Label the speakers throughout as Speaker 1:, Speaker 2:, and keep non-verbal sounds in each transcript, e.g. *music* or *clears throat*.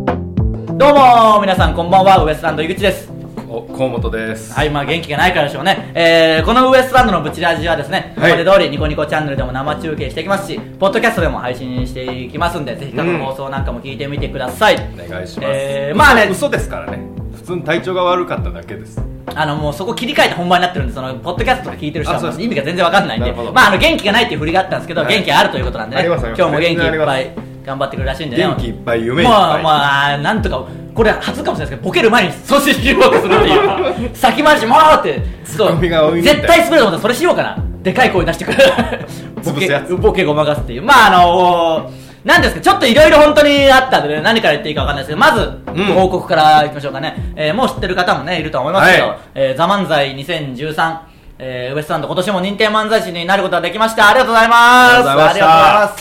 Speaker 1: どうも皆さんこんばんはウエストランド井口です
Speaker 2: お河本です
Speaker 1: はいまあ元気がないからでしょうね、えー、このウエストランドのブチラジはですね、
Speaker 2: はい
Speaker 1: これ通りニコニコチャンネルでも生中継していきますしポッドキャストでも配信していきますんでぜひ過去の放送なんかも聞いてみてください、
Speaker 2: お願いします、
Speaker 1: えーまあね
Speaker 2: 嘘嘘ですからね普通に体調が悪かっただけです
Speaker 1: あのもうそこ切り替えて本番になってるんでそのポッドキャストとか聞いてる人は
Speaker 2: あそう
Speaker 1: も
Speaker 2: です
Speaker 1: う意味が全然わかんないんで
Speaker 2: なるほど
Speaker 1: まああの元気がないっていう振りがあったんですけど、
Speaker 2: はい
Speaker 1: 元気あるということなんで
Speaker 2: あ
Speaker 1: ね
Speaker 2: りますあ
Speaker 1: 今
Speaker 2: ります
Speaker 1: 日も元気いっぱ
Speaker 2: 全
Speaker 1: い頑張ってくるらしいんでね
Speaker 2: 元気いっぱい夢いっ
Speaker 1: もう
Speaker 2: ぱい、
Speaker 1: まあなんとかこれ初かもしれないですけどボケる前に阻止しようとするっていう
Speaker 2: *laughs*
Speaker 1: 先回しもうってそう
Speaker 2: ツッコミが多いみたい
Speaker 1: 絶対滑ると思ったらそれしようかなでかい声出
Speaker 2: *laughs*
Speaker 1: してくるボ
Speaker 2: 潰すや
Speaker 1: ケ
Speaker 2: つ
Speaker 1: ボケごまかすっていうまああのなんですかちょっといろいろ本当にあったんでね何から言っていいかわかんないですけどまず、
Speaker 2: うん
Speaker 1: 報告からいきましょうかね、えーもう知ってる方もねいるとは思いますけど「
Speaker 2: はい
Speaker 1: えー、ザ漫才2013、えーウエストランド今年も認定漫才師になることができましたありがとうございます
Speaker 2: ありがとうございま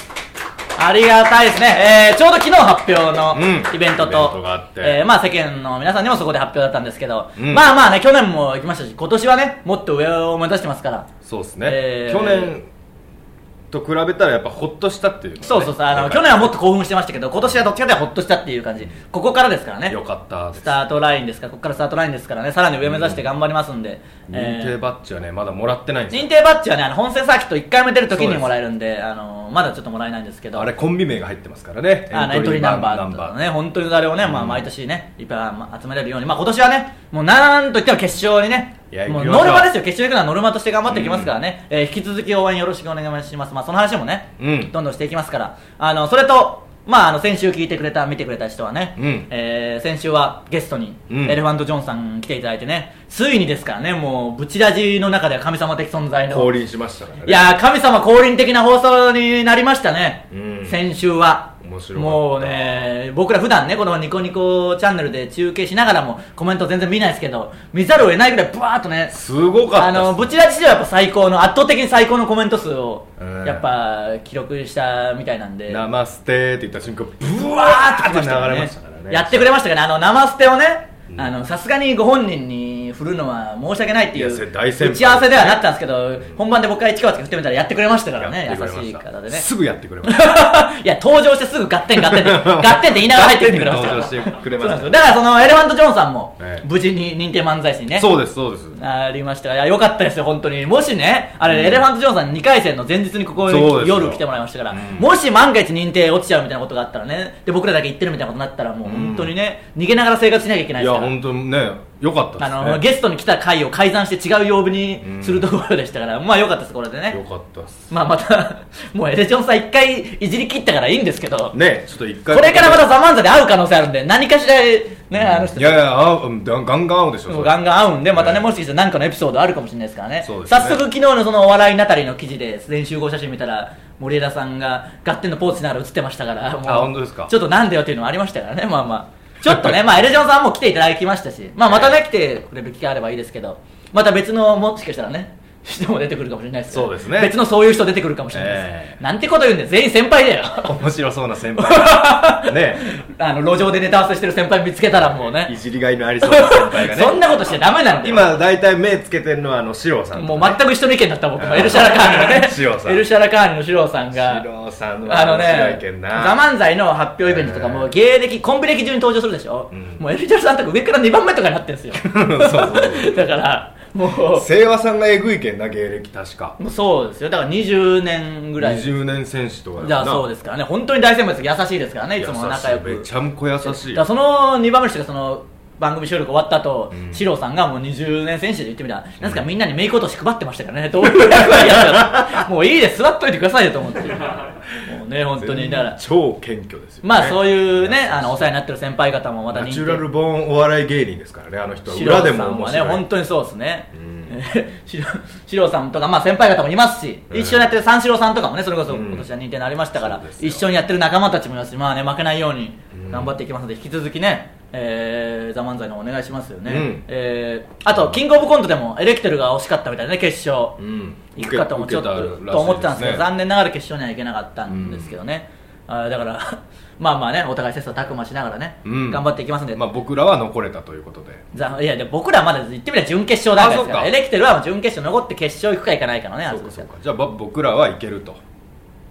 Speaker 1: ありがたいですね、えーちょうど昨日発表の
Speaker 2: うん
Speaker 1: イベント
Speaker 2: イベン
Speaker 1: と、
Speaker 2: トがあって
Speaker 1: えーまあ、世間の皆さんにもそこで発表だったんですけど、
Speaker 2: うん
Speaker 1: まあまあね去年も行きましたし今年はねもっと上を目指してますから
Speaker 2: そうですね、
Speaker 1: えー
Speaker 2: 去年と比べたらやっぱほっとしたっていう、ね、
Speaker 1: そうそうそうあの去年はもっと興奮してましたけど今年はどっちかでほっとしたっていう感じここからですからね
Speaker 2: よかったです
Speaker 1: スタートラインですからここからスタートラインですからねさらに上目指して頑張りますんで、え
Speaker 2: 認定
Speaker 1: ー
Speaker 2: バッジはねまだもらってないんですよ
Speaker 1: *laughs* 認定バッジはねあの本戦サーキット1回目出るときにもらえるんであのまだちょっともらえないんですけど
Speaker 2: あれコンビ名が入ってますからね
Speaker 1: あエントリーナンバーとかね、本当にあれをね、まあ、毎年ね、いっぱい集められるように、まあ、今年はね、もうなんといっても決勝にね
Speaker 2: いや、
Speaker 1: もう
Speaker 2: 行きましょ
Speaker 1: ノ
Speaker 2: う
Speaker 1: ルマですよ、決勝行くのはノルマとして頑張っていきますからね、えー引き続き応援よろしくお願いします、まあ、その話もね、
Speaker 2: うん
Speaker 1: どんどんしていきますから、あのそれと、まあ、あの先週聞いてくれた、見てくれた人はね、
Speaker 2: うん
Speaker 1: えー先週はゲストに、
Speaker 2: うん
Speaker 1: エレファント・ジョンさん来ていただいてね、ついにですからね、もう、ブチラジの中では神様的存在の。
Speaker 2: 降臨しましたからね
Speaker 1: いやー神様降臨的な放送になりましたね、
Speaker 2: うん
Speaker 1: 先週は
Speaker 2: 面白かった
Speaker 1: もうね僕ら普段ねこのニコニコチャンネルで中継しながらもコメント全然見ないですけど見ざるを得ないぐらいブワーっとね
Speaker 2: すごか
Speaker 1: あ
Speaker 2: った
Speaker 1: の
Speaker 2: っす
Speaker 1: ブチラジではやっぱ最高の圧倒的に最高のコメント数を
Speaker 2: うん
Speaker 1: やっぱ記録したみたいなんで
Speaker 2: ナマステーって言った瞬間ブ
Speaker 1: ブ
Speaker 2: ワ
Speaker 1: ワ
Speaker 2: ー
Speaker 1: ー
Speaker 2: っ
Speaker 1: ってて来
Speaker 2: 流
Speaker 1: た
Speaker 2: れま
Speaker 1: ね
Speaker 2: したからね
Speaker 1: やってくれましたからねあの生捨てをね
Speaker 2: うん
Speaker 1: あのさすがにご本人に振るのは申し訳ないってい
Speaker 2: いやそれ
Speaker 1: う
Speaker 2: 大先輩
Speaker 1: 打ち合わせではなったんですけど本番で僕が一か八か振ってみたらやってくれましたからね
Speaker 2: やってくれま
Speaker 1: 優しい
Speaker 2: た
Speaker 1: 方でね
Speaker 2: すぐやってくれました
Speaker 1: いや登場してすぐガッテンガッテン *laughs*
Speaker 2: *laughs*
Speaker 1: でガッテンって言いながら入ってきてくれましたから
Speaker 2: ガッテンで登場してくれまし
Speaker 1: そうなん
Speaker 2: た
Speaker 1: ですよだからそのエレファント・ジョンさんも
Speaker 2: ええ
Speaker 1: 無事に認定漫才師にね
Speaker 2: そうですそうです
Speaker 1: なりましたがいや良かったですよ本当にもしねあれ、
Speaker 2: うん
Speaker 1: エレファント・ジョンさん2回戦の前日にここ
Speaker 2: そうです
Speaker 1: に
Speaker 2: よ
Speaker 1: 夜来てもらいましたから、
Speaker 2: うん
Speaker 1: もし万が一認定落ちちゃうみたいなことがあったらねで僕らだけ行ってるみたいなことになったらもう本当にね、逃げながら生活しなきゃいけない
Speaker 2: い
Speaker 1: で
Speaker 2: や
Speaker 1: すから
Speaker 2: 本当にね良かったで
Speaker 1: あ
Speaker 2: すね
Speaker 1: のゲストに来た回を改ざんして違う曜日にするところでしたから、まあ良かったですこれで
Speaker 2: 良
Speaker 1: ね
Speaker 2: かったっす
Speaker 1: まあまた *laughs* もうエレジョンさん1回いじり切ったからいいんですけど
Speaker 2: ねちょっと一
Speaker 1: これ
Speaker 2: 回
Speaker 1: からまたザ・漫才で会う可能性あるんで何かしらねあの人
Speaker 2: いやいやあうんガンガン合うでしょそれ
Speaker 1: ガンガン合うんでまたね
Speaker 2: ええ
Speaker 1: もしかしたら何かのエピソードあるかもしれないですからね
Speaker 2: そうですね
Speaker 1: 早速昨日のそのお笑いなたりの記事で全集合写真見たら森枝さんがガッテンのポーズしながら写ってましたからもう
Speaker 2: あ本当ですか
Speaker 1: ちょっとなんでよっていうのもありましたからねまあまあ *laughs* ちょっとねまあエレジョンさんも来ていただきましたしまあまたね来てくれる機会あればいいですけどまた別のもしかしたらね *laughs* 人も出てくるかもしれないですから
Speaker 2: そうですね
Speaker 1: 別のそういう人出てくるかもしれないです、
Speaker 2: え
Speaker 1: なんてこと言うんで全員先輩だよ *laughs*
Speaker 2: 面白そうな先輩ね
Speaker 1: あの路上でネタ合わせしてる先輩見つけたらもうね
Speaker 2: いじりがいのありそうな先輩が
Speaker 1: *laughs*
Speaker 2: ね
Speaker 1: そんなことしちゃダメなんだよ
Speaker 2: 今大体目つけてるのはあのシロさん
Speaker 1: もう全く人の意見だった僕もエルシャラカーニのね
Speaker 2: *laughs* シロさん
Speaker 1: エルシャラカーニのシロさんが
Speaker 2: シロさんは
Speaker 1: あの
Speaker 2: 面白い
Speaker 1: ね
Speaker 2: けん
Speaker 1: 「ザ・
Speaker 2: な
Speaker 1: 漫才」の発表イベントとかも
Speaker 2: うん
Speaker 1: 芸歴コンビ歴順に登場するでしょ、
Speaker 2: うん
Speaker 1: もうエルシャラさんとか上から2番目とかになってるんですよ
Speaker 2: *laughs* そうそうそう
Speaker 1: *laughs* だからもう *laughs*
Speaker 2: 清和さんがえぐいけんな芸歴確か
Speaker 1: もうそうですよだから20年ぐらいじ
Speaker 2: 20年選手とか
Speaker 1: ゃあそうですすからね本当に大先輩です優しいですからねい
Speaker 2: い
Speaker 1: つ
Speaker 2: つ
Speaker 1: も
Speaker 2: も
Speaker 1: 仲
Speaker 2: 仲
Speaker 1: 良
Speaker 2: 良
Speaker 1: く
Speaker 2: くめちゃんこ優し
Speaker 1: だ
Speaker 2: い
Speaker 1: からその2番目の人がその番組収録終わった後、
Speaker 2: うん
Speaker 1: シロさんがもう20年選手で言ってみたら、なんすかみんなにメイク落とし配ってましたからね、どう
Speaker 2: *laughs*
Speaker 1: いう役割やったら、もういいです、座っといてくださいよと思って、もうね、本当に、だから、
Speaker 2: 超謙虚ですよ、ね、
Speaker 1: まあそういうね、あのお世話
Speaker 2: 抑え
Speaker 1: になってる先輩方もまた
Speaker 2: ナ
Speaker 1: 人
Speaker 2: チ
Speaker 1: 気
Speaker 2: ュラルボーンお笑い芸人ですからねあの人は
Speaker 1: シロ
Speaker 2: 裏で
Speaker 1: さ
Speaker 2: も
Speaker 1: ん
Speaker 2: 面
Speaker 1: はね、
Speaker 2: 白い
Speaker 1: 本当にそうですね
Speaker 2: うん、
Speaker 1: *laughs* シロシロさんとか、まあ、先輩方もいますし、
Speaker 2: うん
Speaker 1: 一緒にやってる三四郎さんとかもね、それこそ
Speaker 2: うん
Speaker 1: 今年は認定になりましたから、
Speaker 2: そうですよ
Speaker 1: 一緒にやってる仲間たちもいますし、まあね、負けないように
Speaker 2: うん
Speaker 1: 頑張っていきますので、引き続きね、えー、ザ・漫才のお願いしますよね、
Speaker 2: うん
Speaker 1: えーあと、キングオブコントでもエレキテルが惜しかったみたいなね、決勝、
Speaker 2: うん
Speaker 1: 行くかともちょっと,、と思ってたんですけど、残念ながら決勝には行けなかったんですけどね、あーだから、 *laughs* まあまあね、お互い切磋琢磨しながらね、
Speaker 2: うん
Speaker 1: 頑張っていきますんで。
Speaker 2: まあ、僕らは残れたということで
Speaker 1: ざいやでも僕らまだ言ってみれば準決勝段階ですから
Speaker 2: あそう
Speaker 1: エ
Speaker 2: か
Speaker 1: レキテルはもう準決勝残って決勝行くか行かないかのねあ
Speaker 2: そ
Speaker 1: れ
Speaker 2: う
Speaker 1: で
Speaker 2: か
Speaker 1: す
Speaker 2: そ
Speaker 1: か
Speaker 2: うかじゃあば僕らはいけると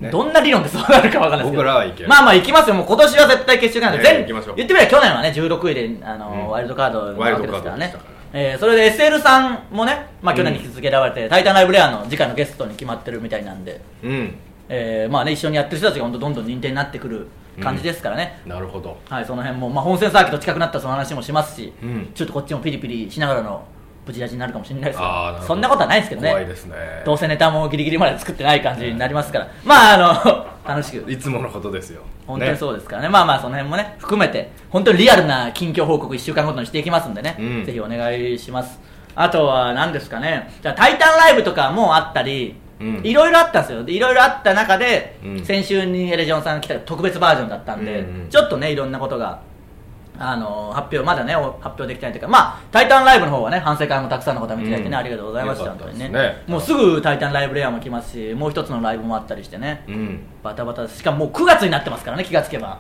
Speaker 2: ね
Speaker 1: どんな理論でそうなるかわかんないですけど
Speaker 2: 僕らはいける
Speaker 1: まあまあ行きますよもう今年は絶対決勝なんで、
Speaker 2: ええ
Speaker 1: 全
Speaker 2: 行きましょう
Speaker 1: 言ってみれば去年はね16位であの、
Speaker 2: うん
Speaker 1: ワイルドカードなわけですから
Speaker 2: ワイ
Speaker 1: ね
Speaker 2: ルドカードでしたから
Speaker 1: えーそれで SL さんもね、まあ、去年に
Speaker 2: うん
Speaker 1: 引き続き選ばれて「タイタンライブレア」の次回のゲストに決まってるみたいなんで、
Speaker 2: うん
Speaker 1: えーまあね、一緒にやってる人たちが本当どんどん認定になってくる感じですからね、
Speaker 2: なるほど
Speaker 1: はい、その辺も、まあ、本戦サーキット近くなったらその話もしますし、
Speaker 2: うん
Speaker 1: ちょっとこっちもピリピリしながらのブチラジになるかもしれないですけ
Speaker 2: あーなるほ
Speaker 1: ど
Speaker 2: ど
Speaker 1: そんなことはないですけどね
Speaker 2: 怖いですね
Speaker 1: どうせネタもギリギリまで作ってない感じになりますから、まああの *laughs* 楽しく
Speaker 2: いつものことですよ
Speaker 1: 本当に
Speaker 2: う、
Speaker 1: そうですからねまあまあその辺もね含めて本当にリアルな近況報告1週間ごとにしていきますんでね、
Speaker 2: うん
Speaker 1: ぜひお願いしますあとは何ですかねじゃあ「タイタンライブ」とかもあったり、
Speaker 2: うん
Speaker 1: いろいろあったんですよでいろいろあった中で、
Speaker 2: うん
Speaker 1: 先週にエレジョンさんが来た特別バージョンだったんで、
Speaker 2: うんうん
Speaker 1: ちょっとねいろんなことがあの発表まだねお発表できてないというかまあ「タイタンライブ」の方はね反省会もたくさんの方見ていただいてね、
Speaker 2: うん
Speaker 1: ありがとうございました
Speaker 2: よか
Speaker 1: 本
Speaker 2: った
Speaker 1: 当
Speaker 2: です
Speaker 1: に
Speaker 2: ね
Speaker 1: ねもうすぐ「タイタンライブレア」も来ますしもう一つのライブもあったりしてね、
Speaker 2: うん、
Speaker 1: バタバタしかももう9月になってますからね気がつけば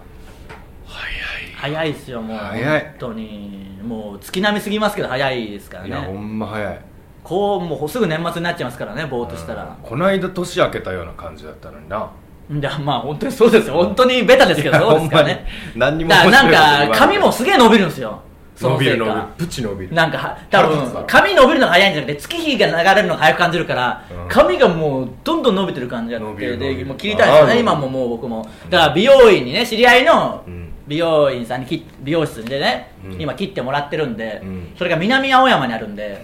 Speaker 2: 早い
Speaker 1: 早いですよもう
Speaker 2: 早い
Speaker 1: 本当にもう月並みすぎますけど早いですから
Speaker 2: いやほ
Speaker 1: ね
Speaker 2: んま早い
Speaker 1: こうもうすぐ年末になっちゃいますからねぼーっとしたら
Speaker 2: うん、この間年明けたような感じだったのにない
Speaker 1: やまあ本当にそうですよ本当にベタですけどそうですから
Speaker 2: いや
Speaker 1: ね
Speaker 2: ほんまに何にも
Speaker 1: だからなん
Speaker 2: 面白いこと言わな
Speaker 1: か
Speaker 2: い
Speaker 1: 髪もすげえ伸びるんですよそ
Speaker 2: 伸
Speaker 1: の
Speaker 2: び
Speaker 1: せ
Speaker 2: る
Speaker 1: い
Speaker 2: 伸びる
Speaker 1: か
Speaker 2: プチ伸びる
Speaker 1: なんかは多
Speaker 2: 腹立つだ
Speaker 1: 分
Speaker 2: ろ
Speaker 1: 髪伸びるのが早いんじゃなくて月日が流れるのが早く感じるから、
Speaker 2: うん
Speaker 1: 髪がもうどんどん伸びてる感じがあっ
Speaker 2: 伸び
Speaker 1: て
Speaker 2: る伸び
Speaker 1: で
Speaker 2: る
Speaker 1: もう切りたいですよ
Speaker 2: あ
Speaker 1: ね
Speaker 2: ー
Speaker 1: 今ももう僕もだから美容院にね知り合いの
Speaker 2: うん
Speaker 1: 美容院さんに切美容室でね、
Speaker 2: うん
Speaker 1: 今切ってもらってるんで、
Speaker 2: うん
Speaker 1: それが南青山にあるん
Speaker 2: *laughs*
Speaker 1: で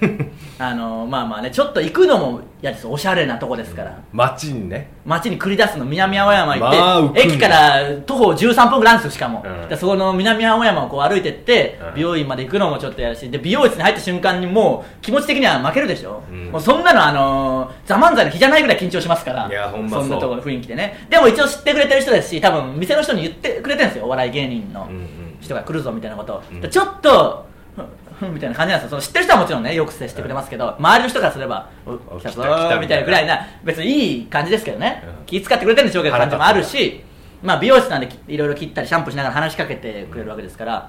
Speaker 1: あのまあまあねちょっと行くのも嫌ですおしゃれなとこですから、
Speaker 2: 街にね
Speaker 1: 街に繰り出すの南青山行って、
Speaker 2: まあ浮くんだ
Speaker 1: 駅から徒歩13分ぐらいなんですよしかも、
Speaker 2: うん
Speaker 1: でそこの南青山をこう歩いてって、
Speaker 2: うん
Speaker 1: 美容院まで行くのもちょっとやるしで美容室に入った瞬間にもう気持ち的には負けるでしょ、
Speaker 2: うん
Speaker 1: もうそんなのあのー、ザ・漫才の日じゃないぐらい緊張しますから
Speaker 2: いやほんまそうん
Speaker 1: なところ雰囲気でねでも一応知ってくれてる人ですし多分店の人に言ってくれてるんですよお笑い芸人の
Speaker 2: うんうん
Speaker 1: 人が来るぞみたいなことを、
Speaker 2: うん
Speaker 1: でちょっとふんふんみたいな感じなんですよその知ってる人はもちろんねよく接してくれますけど、周りの人からすればお来たぞ
Speaker 2: 来た来た
Speaker 1: ーみたいなぐらいな別にいい感じですけどね、
Speaker 2: うん
Speaker 1: 気遣ってくれてるんでしょうけど感じもあるし、まあ、美容師さんできいろいろ切ったりシャンプーしながら話しかけてくれるわけですから、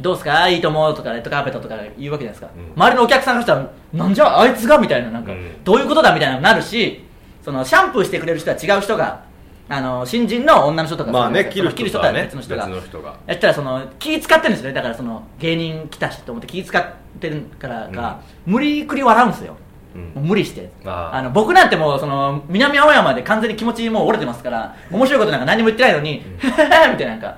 Speaker 1: どうすかいいと思うとかレッドカーペットとか言うわけじゃないですか、
Speaker 2: うん
Speaker 1: 周りのお客さんの人はなんじゃあいつがみたいななんか、
Speaker 2: うん
Speaker 1: どういうことだみたいなのになるしそのシャンプーしてくれる人は違う人があの新人の女の人とか
Speaker 2: まあね
Speaker 1: その
Speaker 2: 切る人
Speaker 1: 切る人
Speaker 2: と
Speaker 1: とは
Speaker 2: はね
Speaker 1: 別の人が
Speaker 2: 別の人が
Speaker 1: やったらその気使ってるんですよねだからその芸人来たしと思って気使ってるからか、無理くり笑うんですよ、
Speaker 2: うん
Speaker 1: もう無理して
Speaker 2: あー
Speaker 1: あの僕なんてもうその南青山で完全に気持ちもう折れてますから面白いことなんか何も言ってないのに「みたいななんかなん
Speaker 2: あ
Speaker 1: か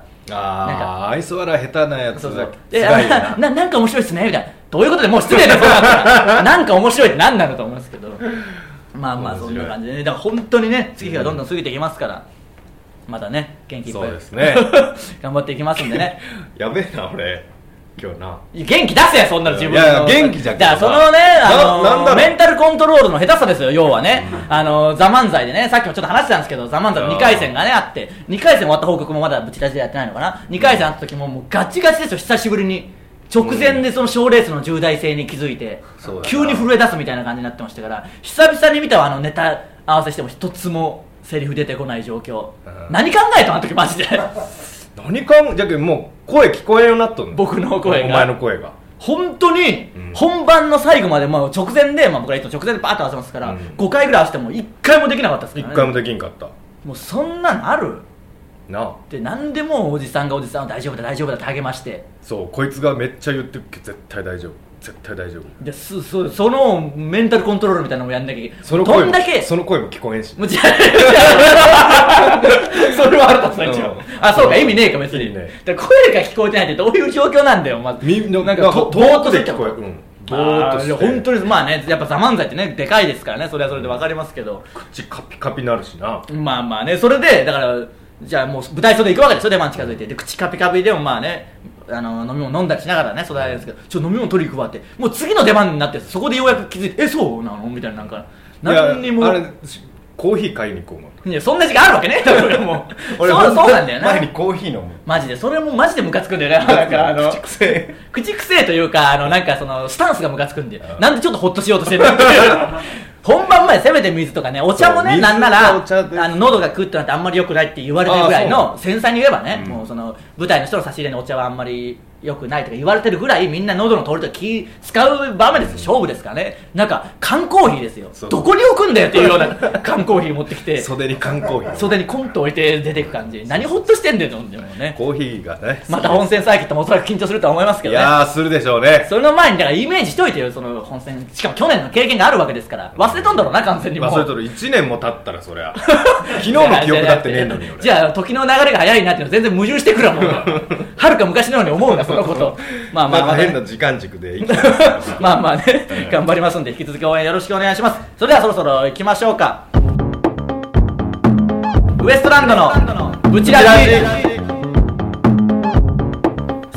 Speaker 2: あ愛想笑い下手なやつ
Speaker 1: そうそ
Speaker 2: が
Speaker 1: う
Speaker 2: 辛い
Speaker 1: で
Speaker 2: よ
Speaker 1: あ
Speaker 2: な
Speaker 1: ななんか面白いっすねみたいなどういうことでもう失礼ですよだからなんか面白いって何なのと思うんですけどまあまあそ
Speaker 2: 面白い
Speaker 1: んな感じでねだから本当にね月日がどんどん過ぎていきますから、まだね元気いっぱい
Speaker 2: そうですね
Speaker 1: *laughs* 頑張っていきますんでね
Speaker 2: やべえな俺今日な
Speaker 1: 元気出せそんなの自分の
Speaker 2: いやいや元気じゃけど
Speaker 1: だからそのね
Speaker 2: な
Speaker 1: あ
Speaker 2: な
Speaker 1: の
Speaker 2: んだろう
Speaker 1: メンタルコントロールの下手さですよ要はね、あのザ・漫才でねさっきもちょっと話してたんですけどザ・漫才の2回戦がねあって2回戦終わった報告もまだぶち出しでやってないのかな2回戦あった時ももうガチガチですよ久しぶりに直前でその賞レースの重大性に気づいて、
Speaker 2: そうだな
Speaker 1: 急に震え出すみたいな感じになってましたから久々に見たわあのネタ合わせしても一つもセリフ出てこない状況、
Speaker 2: うん
Speaker 1: 何考えたのあの時マジで
Speaker 2: 何かんじゃけんもう声聞こえようになっとんの
Speaker 1: 僕の声が
Speaker 2: お前の声が
Speaker 1: 本当に
Speaker 2: うん
Speaker 1: 本番の最後まで、まあ、直前で、まあ、僕らいつも直前でバーッと合わせますから、
Speaker 2: うん
Speaker 1: 5回ぐらい合わせても1回もできなかったです
Speaker 2: 一
Speaker 1: から、ね、
Speaker 2: 回もできんかった
Speaker 1: もうそんなのある
Speaker 2: なあ
Speaker 1: って何でもおじさんがおじさんを大丈夫だ大丈夫だって励まして
Speaker 2: そうこいつがめっちゃ言ってるけど絶対大丈夫絶対大丈夫
Speaker 1: ですそそのメンタルコントロールみたいなのもやんなきゃいけない
Speaker 2: その声
Speaker 1: どん
Speaker 2: も
Speaker 1: だけ
Speaker 2: その声も聞こえんし
Speaker 1: もう違う違
Speaker 2: *laughs*
Speaker 1: うそれは腹立つな一応
Speaker 2: うん
Speaker 1: あそうか意味ねえか別に
Speaker 2: 意味ね
Speaker 1: だから声が聞こえてないってどういう状況なんだよまず
Speaker 2: みの
Speaker 1: なんか
Speaker 2: なんか
Speaker 1: と
Speaker 2: 遠
Speaker 1: ぼーっ
Speaker 2: く
Speaker 1: と
Speaker 2: です
Speaker 1: る
Speaker 2: 聞こえるうんぼーっ
Speaker 1: あ
Speaker 2: と
Speaker 1: ーい
Speaker 2: して
Speaker 1: や本当にまあねやっぱ「ザ・漫才」ってねでかいですからねそれはそれで分かりますけど
Speaker 2: 口カピカピなるしな
Speaker 1: まあまあねそれでだからじゃあもう舞台袖行くわけでしょ出番近づいてで口カピカピでもまあねあの飲み物飲んだりしながらね育てるんですけどちょ飲み物取り行くわってもう次の出番になってそこでようやく気づいてえそうなのみたいななんか何にも
Speaker 2: いやあれしコーヒー買いに行こうもん
Speaker 1: いやそんな時間あるわけねえだろもう
Speaker 2: *laughs* 俺
Speaker 1: そうそうなんだよ
Speaker 2: 前に
Speaker 1: な
Speaker 2: コーヒー飲む
Speaker 1: マジでそれもマジでムカつくんだよねなんかあの
Speaker 2: 口癖
Speaker 1: 口癖というかあのなんかそのスタンスがムカつくんで
Speaker 2: うん
Speaker 1: なんでちょっとホッとしようとしてるの *laughs* 本番前せめて水とかねお茶も
Speaker 2: そう
Speaker 1: ね
Speaker 2: 水
Speaker 1: なんな
Speaker 2: お茶で
Speaker 1: らあの喉がクッとなってあんまり良くないって言われてるぐらい
Speaker 2: あーそうな
Speaker 1: の
Speaker 2: の
Speaker 1: 繊細に言えばね、
Speaker 2: うん
Speaker 1: もうその舞台の人の差し入れにお茶はあんまり良くないとか言われてるぐらいみんな喉の通りとか気使う場面です勝負ですからねなんか缶コーヒーですよ
Speaker 2: そう
Speaker 1: どこに置くんだよっていうような缶コーヒー持ってきて
Speaker 2: 袖に缶コーヒー
Speaker 1: 袖にコンと置いて出てく感じ何ホッとしてんだよって思うんだよね
Speaker 2: コーヒーがね
Speaker 1: また本戦サーキットもおそらく緊張するとは思いますけ
Speaker 2: い
Speaker 1: どね
Speaker 2: やーするでしょうね
Speaker 1: それの前にだからイメージしといてよその本戦しかも去年の経験があるわけですから忘れとんだろうな完全にもう
Speaker 2: 忘れとる1年も経ったらそりゃ昨日の記憶だってねえのに俺
Speaker 1: じゃあ時の流れが早いなっていうのは全然矛盾してく
Speaker 2: *laughs*
Speaker 1: るわもんはるか昔のように思うなそのことまあまあ
Speaker 2: なん
Speaker 1: ま
Speaker 2: か
Speaker 1: あ、
Speaker 2: 変な時間軸で生きてますか
Speaker 1: *laughs*
Speaker 2: ら
Speaker 1: まあまあね頑張りますんで引き続き応援よろしくお願いしますそれではそろそろ行きましょうかウエストランドのブチラジ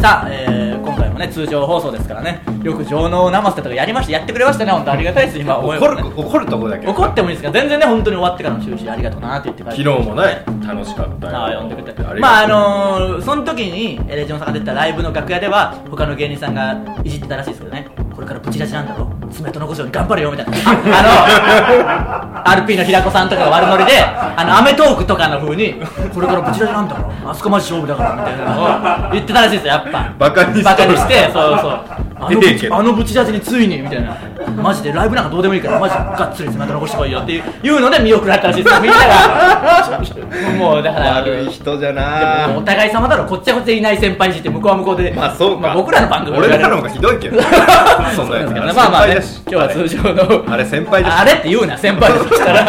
Speaker 1: さあ、えー今回もね通常放送ですからねよく情能生瀬とかやりましたやってくれましたね本当ありがたいです今思えば
Speaker 2: 怒
Speaker 1: ね
Speaker 2: る怒るとこだけ
Speaker 1: 怒ってもいいですか全然ね本当に終わってからの終始ありがとうなって言って
Speaker 2: 昨日もね楽しかったよ
Speaker 1: ああ呼んでくれて
Speaker 2: りがとう
Speaker 1: まああのー、その時にえーレジオンさんが出てたライブの楽屋では他の芸人さんがいじってたらしいですけどねこれからブチ出しなんだろ爪と残すように頑張れよみたいなあ
Speaker 2: *laughs*
Speaker 1: の RP の平子さんとかが悪ノリであのアメトークとかの風にこれからブチ出しなんだろあそこまで勝負だからみたいなのを言ってたらしいですよやっぱ
Speaker 2: バカにしとる
Speaker 1: バカにしてそうそうあの
Speaker 2: ええ
Speaker 1: ブ
Speaker 2: け
Speaker 1: チ
Speaker 2: ど
Speaker 1: あのブチ出しについにみたいなマジでライブなんかどうでもいいからマジでがっつり爪と残してこいよっていういうので見送られたらしいですよみんな
Speaker 2: *laughs*
Speaker 1: がもうだから
Speaker 2: 悪い人じゃ
Speaker 1: でもお
Speaker 2: な
Speaker 1: 互い様だろこっちはこっちでいない先輩にして向こうは向こうで、
Speaker 2: まあそうか、
Speaker 1: まあ僕らの番組
Speaker 2: 俺らの
Speaker 1: 言われ
Speaker 2: 方がひどいけどそんな
Speaker 1: る
Speaker 2: や
Speaker 1: ん
Speaker 2: つ
Speaker 1: ですけど
Speaker 2: から
Speaker 1: ねまあまあね
Speaker 2: 先輩だし
Speaker 1: 今日は通常の
Speaker 2: あれ先輩です
Speaker 1: あれって言うな先輩ですそしたら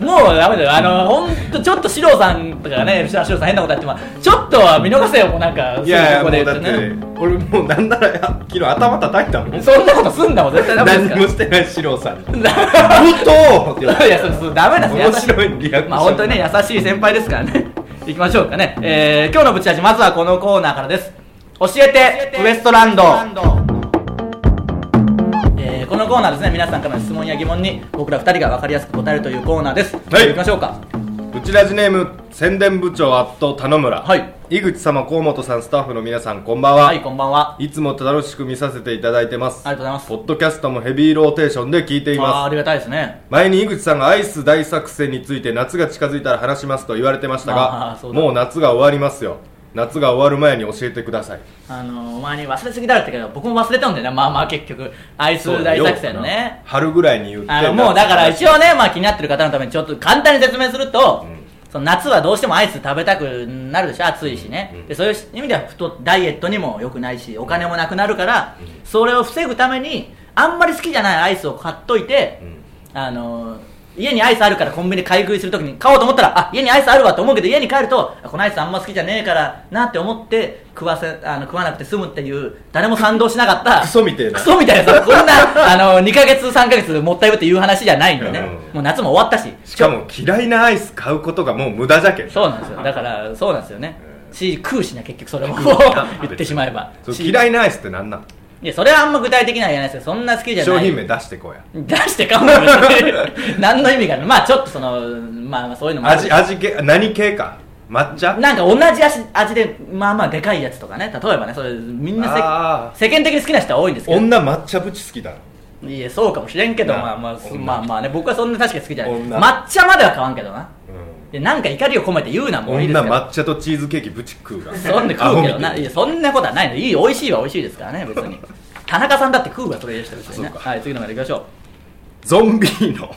Speaker 1: もうダメだよあの本当ちょっと四郎さんとかね吉田四郎さん変なことやってもちょっとは見逃せよもうなんか
Speaker 2: いやいや
Speaker 1: すぐここ
Speaker 2: もう
Speaker 1: で
Speaker 2: だっ
Speaker 1: 言って
Speaker 2: て俺もうなんならあ昨日頭叩いたもん
Speaker 1: そんなことすんなもん絶対ダメです
Speaker 2: 何
Speaker 1: か
Speaker 2: も
Speaker 1: ら
Speaker 2: してない四郎さんに
Speaker 1: い
Speaker 2: 「武藤!」っ
Speaker 1: *laughs*
Speaker 2: て
Speaker 1: やそうそうダメです
Speaker 2: 面白いリアクション
Speaker 1: まあ本当にね優しい先輩ですからね *laughs* 行きましょうかね、えー今日のぶち味まずはこのコーナーからです教えてウエストランドえーこのコーナーですね皆さんからの質問や疑問に僕ら2人が分かりやすく答えるというコーナーです、
Speaker 2: はい
Speaker 1: 行きましょうか
Speaker 2: ブチラジネーム宣伝部長アット田野村
Speaker 1: はい
Speaker 2: 井口様河本さんスタッフの皆さんこんばんは、
Speaker 1: はいこんばんはい
Speaker 2: つも楽しく見させていただいてます
Speaker 1: ありがとうございます
Speaker 2: ポッドキャストもヘビーローテーションで聞いてい
Speaker 1: あーあ
Speaker 2: ます
Speaker 1: りがたいですね
Speaker 2: 前に井口さんがアイス大作戦について夏が近づいたら話しますと言われてました
Speaker 1: あー
Speaker 2: が
Speaker 1: そうだ
Speaker 2: もう夏が終わりますよ夏が終わる前に教えてください
Speaker 1: あのーお前に忘れすぎだろってけど僕も忘れたんだよねまあまあ結局アイス
Speaker 2: そうだ
Speaker 1: 大
Speaker 2: よ
Speaker 1: 作戦ね
Speaker 2: 春ぐらいに言って
Speaker 1: あのもうだから一
Speaker 2: 応
Speaker 1: 応ね、まあ、気になってる方のためにちょっと簡単に説明すると、
Speaker 2: ん
Speaker 1: その夏はどうしてもアイス食べたくなるでしょ暑いしね、でそういう意味では太ダイエットにも良くないしお金もなくなるから、それを防ぐためにあんまり好きじゃないアイスを買っといて、あのー家にアイスあるからコンビニで買い食いするときに買おうと思ったらあ家にアイスあるわと思うけど家に帰るとあこのアイスあんま好きじゃねえからなって思って食わせあの食わなくて済むっていう誰も賛同しなかった
Speaker 2: *laughs* クソみてえな
Speaker 1: クソみたいなそのこん
Speaker 2: *laughs*
Speaker 1: なあの2ヶ月3ヶ月もったいぶっていう話じゃないんでね、
Speaker 2: うん
Speaker 1: もう夏も終わったし
Speaker 2: しかも嫌いなアイス買うことがもう無駄じゃけ *laughs* ん
Speaker 1: そうなんですよだからそうなんですよねし食うしな結局それも *laughs* 言ってしまえば
Speaker 2: そう
Speaker 1: し
Speaker 2: 嫌いなアイスってなんなん
Speaker 1: いやそれはあんま具体的なのは言えないですけどそんな好きじゃない
Speaker 2: 商品名
Speaker 1: *laughs*
Speaker 2: 出してこうや
Speaker 1: 出してかも別に何の意味があるまあちょっとそのまあそういうのもある
Speaker 2: 味味系何系か抹茶
Speaker 1: なんか同じ味味でまあまあでかいやつとかね例えばねそれみんな
Speaker 2: あ
Speaker 1: せ世間的に好きな人は多いんですけど
Speaker 2: 女抹茶ぶち好きだろ
Speaker 1: いやそうかもしれんけど
Speaker 2: なあ
Speaker 1: まあまあす
Speaker 2: 女
Speaker 1: まあまあね僕はそんな確かに好きじゃない
Speaker 2: 女
Speaker 1: 抹茶までは買わんけどな
Speaker 2: う
Speaker 1: でなんか怒りを込めて言うなもういい
Speaker 2: ん、
Speaker 1: です
Speaker 2: 女
Speaker 1: けど
Speaker 2: 抹茶とチーズケーキぶち食うが
Speaker 1: そんな食うけど
Speaker 2: ア
Speaker 1: な
Speaker 2: ホみ
Speaker 1: い
Speaker 2: てえ
Speaker 1: やそんなことはないのいい美味しいは美味しいですからね別に *laughs* 田中さんだって食うわそれでした別にね
Speaker 2: そう
Speaker 1: はい次のまでいきましょ
Speaker 2: ゾンビーノ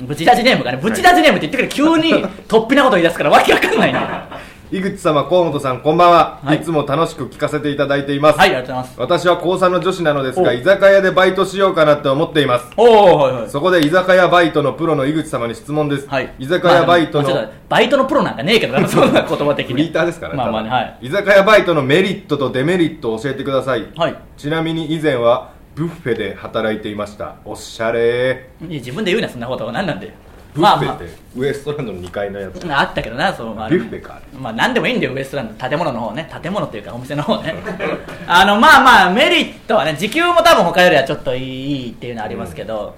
Speaker 1: うブチラジネームがねブチラジネームって言ってくる急
Speaker 2: *laughs*
Speaker 1: に突飛なこと言い出すからわけわかんないな
Speaker 2: 井口様河本さんこんばんは、
Speaker 1: はい
Speaker 2: い、つも楽しく聞かせていただいています、
Speaker 1: はいありがとうございます
Speaker 2: 私は高3の女子なのです
Speaker 1: お
Speaker 2: が居酒屋でバイトしようかなって思っています
Speaker 1: おおはいはい
Speaker 2: そこで居酒屋バイトのプロの井口様に質問です、
Speaker 1: はい、
Speaker 2: 居酒屋バイトの、
Speaker 1: まあでもちょっとバイトのプロなんかねえけど
Speaker 2: *laughs*
Speaker 1: なそんな言葉的
Speaker 2: フ
Speaker 1: に
Speaker 2: リーターですからね
Speaker 1: まあまあねはい
Speaker 2: 居酒屋バイトのメリットとデメリットを教えてください、
Speaker 1: はい
Speaker 2: ちなみに以前はブッフェで働いていましたおしゃれ
Speaker 1: いや自分で言うなそんなこと何なんで
Speaker 2: ブ
Speaker 1: ま
Speaker 2: ッ
Speaker 1: あ
Speaker 2: フ
Speaker 1: ま
Speaker 2: ェ
Speaker 1: あ
Speaker 2: ってウエストランドの2階のやつ
Speaker 1: あったけどなそのまあ
Speaker 2: ビュッフェか
Speaker 1: まあ何でもいいんだよウエストランド建物の方ね建物っていうかお店の方ね *laughs* あのまあまあメリットはね時給も多分他よりはちょっといいいいっていうのはありますけど、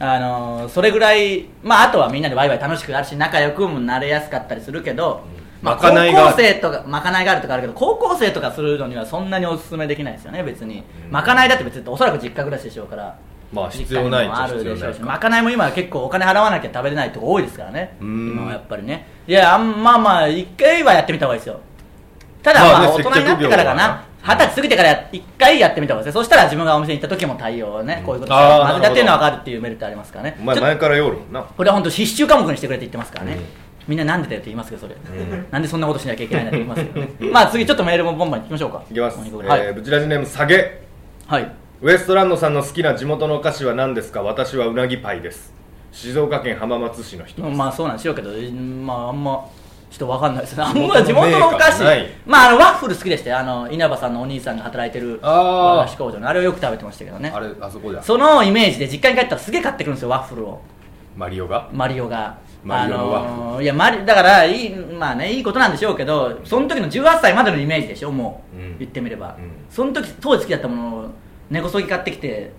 Speaker 1: あのそれぐらいまああとはみんなでワイワイ楽しくあるし仲良くもなれやすかったりするけど、まあ、
Speaker 2: まかないがあ
Speaker 1: 高
Speaker 2: る
Speaker 1: 校生とかまかないがあるとかあるけど高校生とかするのにはそんなにおすすめできないですよね別に、
Speaker 2: うん
Speaker 1: まかないだって別におそらく実家暮らしでしょうから
Speaker 2: まあ必要ない
Speaker 1: 実家に
Speaker 2: っちゃ
Speaker 1: もあるでしょうし
Speaker 2: 必要ないか
Speaker 1: まかないも今は結構お金払わなきゃ食べれないとこ多いですからね
Speaker 2: うーん
Speaker 1: 今はやっぱりねいやあんまあまあ一回はやってみた方がいいですよただ
Speaker 2: まあ
Speaker 1: まあ
Speaker 2: ね
Speaker 1: 大人になってからか
Speaker 2: 接客業は
Speaker 1: な
Speaker 2: な
Speaker 1: 二十歳過ぎてから一回やってみた方がいいですねそしたら自分がお店に行った時も対応をね、こういうこと
Speaker 2: あー
Speaker 1: まず
Speaker 2: なるほど
Speaker 1: やってるのは分かるっていうメリットありますからね
Speaker 2: お前
Speaker 1: ちょっ
Speaker 2: 前から夜もんな
Speaker 1: とこれは本当必修科目にしてくれって言ってますからね、
Speaker 2: うん
Speaker 1: みんななんでだよって言いますけどそれ、
Speaker 2: ん
Speaker 1: なんでそんなことしなきゃいけないんだって言いますけどねまあ次ちょっとメールもボンボンいきましょうか
Speaker 2: いきます、え
Speaker 1: はい、
Speaker 2: ー、ブチラジネーム下げ
Speaker 1: はい
Speaker 2: ウエストランドさんの好きな地元のお菓子は何ですか私はうなぎパイです静岡県浜松市の人
Speaker 1: まあそうなんでしょうけど、うんまああんまちょっとわかんないですね。あんま地元のお菓子
Speaker 2: 地元のメーカーない、
Speaker 1: まああのワッフル好きでしたよ。あの稲葉さんのお兄さんが働いてる
Speaker 2: あー
Speaker 1: 和菓子工場のあれをよく食べてましたけどね
Speaker 2: あ。れあそこじゃ
Speaker 1: そのイメージで実家に帰ったらすげえ買ってくるんですよワッフルを
Speaker 2: マリオが
Speaker 1: マリオが。
Speaker 2: マリオのワッフル
Speaker 1: あのーいやマリだからいいまあねいいことなんでしょうけど、その時の18歳までのイメージでしょもう、
Speaker 2: うん
Speaker 1: 言ってみれば、
Speaker 2: うん
Speaker 1: その時当時好きだったものを根こそぎ買ってきて、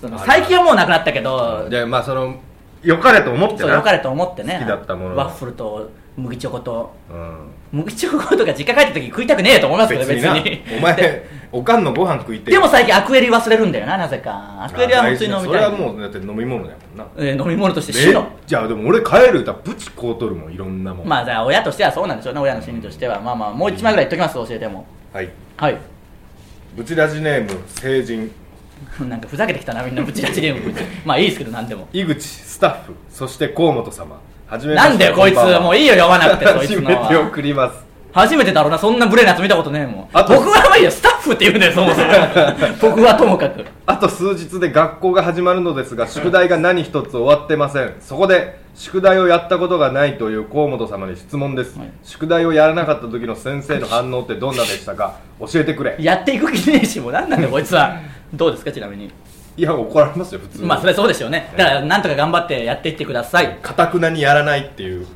Speaker 1: その
Speaker 2: あれ
Speaker 1: 最近はもうなくなったけど、
Speaker 2: でまあその良かれと思って
Speaker 1: そう
Speaker 2: な
Speaker 1: 良かれと思ってね
Speaker 2: 好きだったもの
Speaker 1: ワッフルと麦チョコと
Speaker 2: うん
Speaker 1: 麦チョコとか実家帰った時食いたくねえと思いますけど
Speaker 2: 別
Speaker 1: 別
Speaker 2: にな
Speaker 1: に
Speaker 2: お
Speaker 1: *laughs*
Speaker 2: 前おかんのご飯食いて
Speaker 1: でも最近アクエリ忘れるんだよななぜかアクエリは本当に飲みたい
Speaker 2: それはもうだって飲み物だもんな
Speaker 1: えー飲み物として主
Speaker 2: え
Speaker 1: の
Speaker 2: じゃあでも俺帰る歌プチこうとるもんいろんなもん
Speaker 1: まあじゃあ親としてはそうなんでしょうね親の心理としてはまあまあもう一枚ぐらい言っときます教えても
Speaker 2: はい
Speaker 1: はい *laughs*
Speaker 2: ブチラジネーム成人
Speaker 1: なんかふざけてきたなみんなぶち出しゲームまあいいですけど何でも
Speaker 2: 井口スタッフそして河本様はじめまして
Speaker 1: なんだよこいつもういいよ読まなくてこい
Speaker 2: 初
Speaker 1: つの
Speaker 2: めて
Speaker 1: は
Speaker 2: 送ります
Speaker 1: 初めてだろうなそんな無礼なやつ見たことねえもん僕
Speaker 2: あと
Speaker 1: はまあいいよスタッフって言うんだよそも
Speaker 2: *laughs*
Speaker 1: そも僕はともかく
Speaker 2: あと数日で学校が始まるのですが宿題が何一つ終わってませんそこで宿題をやったことがないという河本様に質問です、
Speaker 1: はい
Speaker 2: 宿題をやらなかった時の先生の反応ってどんなでしたか教えてくれ
Speaker 1: やっていく気ねえしもう何なんだよこいつは *laughs* どうですかちなみに
Speaker 2: いや怒られますよ普通に
Speaker 1: まあそれはそうですよねだからなんとか頑張ってやっていってください
Speaker 2: かたくなにやらないっていう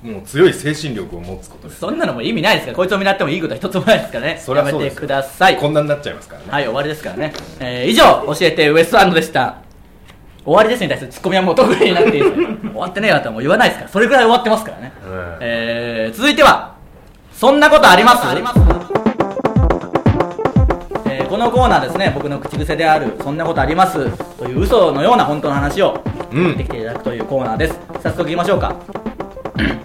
Speaker 2: もう強い精神力を持つことです
Speaker 1: そんなのもう意味ないですからこいつを見習ってもいいことは一つもないですからね
Speaker 2: そりゃ
Speaker 1: や
Speaker 2: そう
Speaker 1: め
Speaker 2: で
Speaker 1: て
Speaker 2: す
Speaker 1: ください
Speaker 2: こんなになっちゃいますからね
Speaker 1: はい終わりですからね、えー以上教えてウエストランドでした終わりですに対するツッコミはもう特になくていいです終わってねえ *laughs* よとはもう言わないですからそれぐらい終わってますからね、
Speaker 2: うん
Speaker 1: えー続いてはそんなことありますえーこのコーナーですね僕の口癖である「そんなことあります」という嘘のような本当の話を
Speaker 2: うん
Speaker 1: 持ってきていただくというコーナーです、早速いきましょうか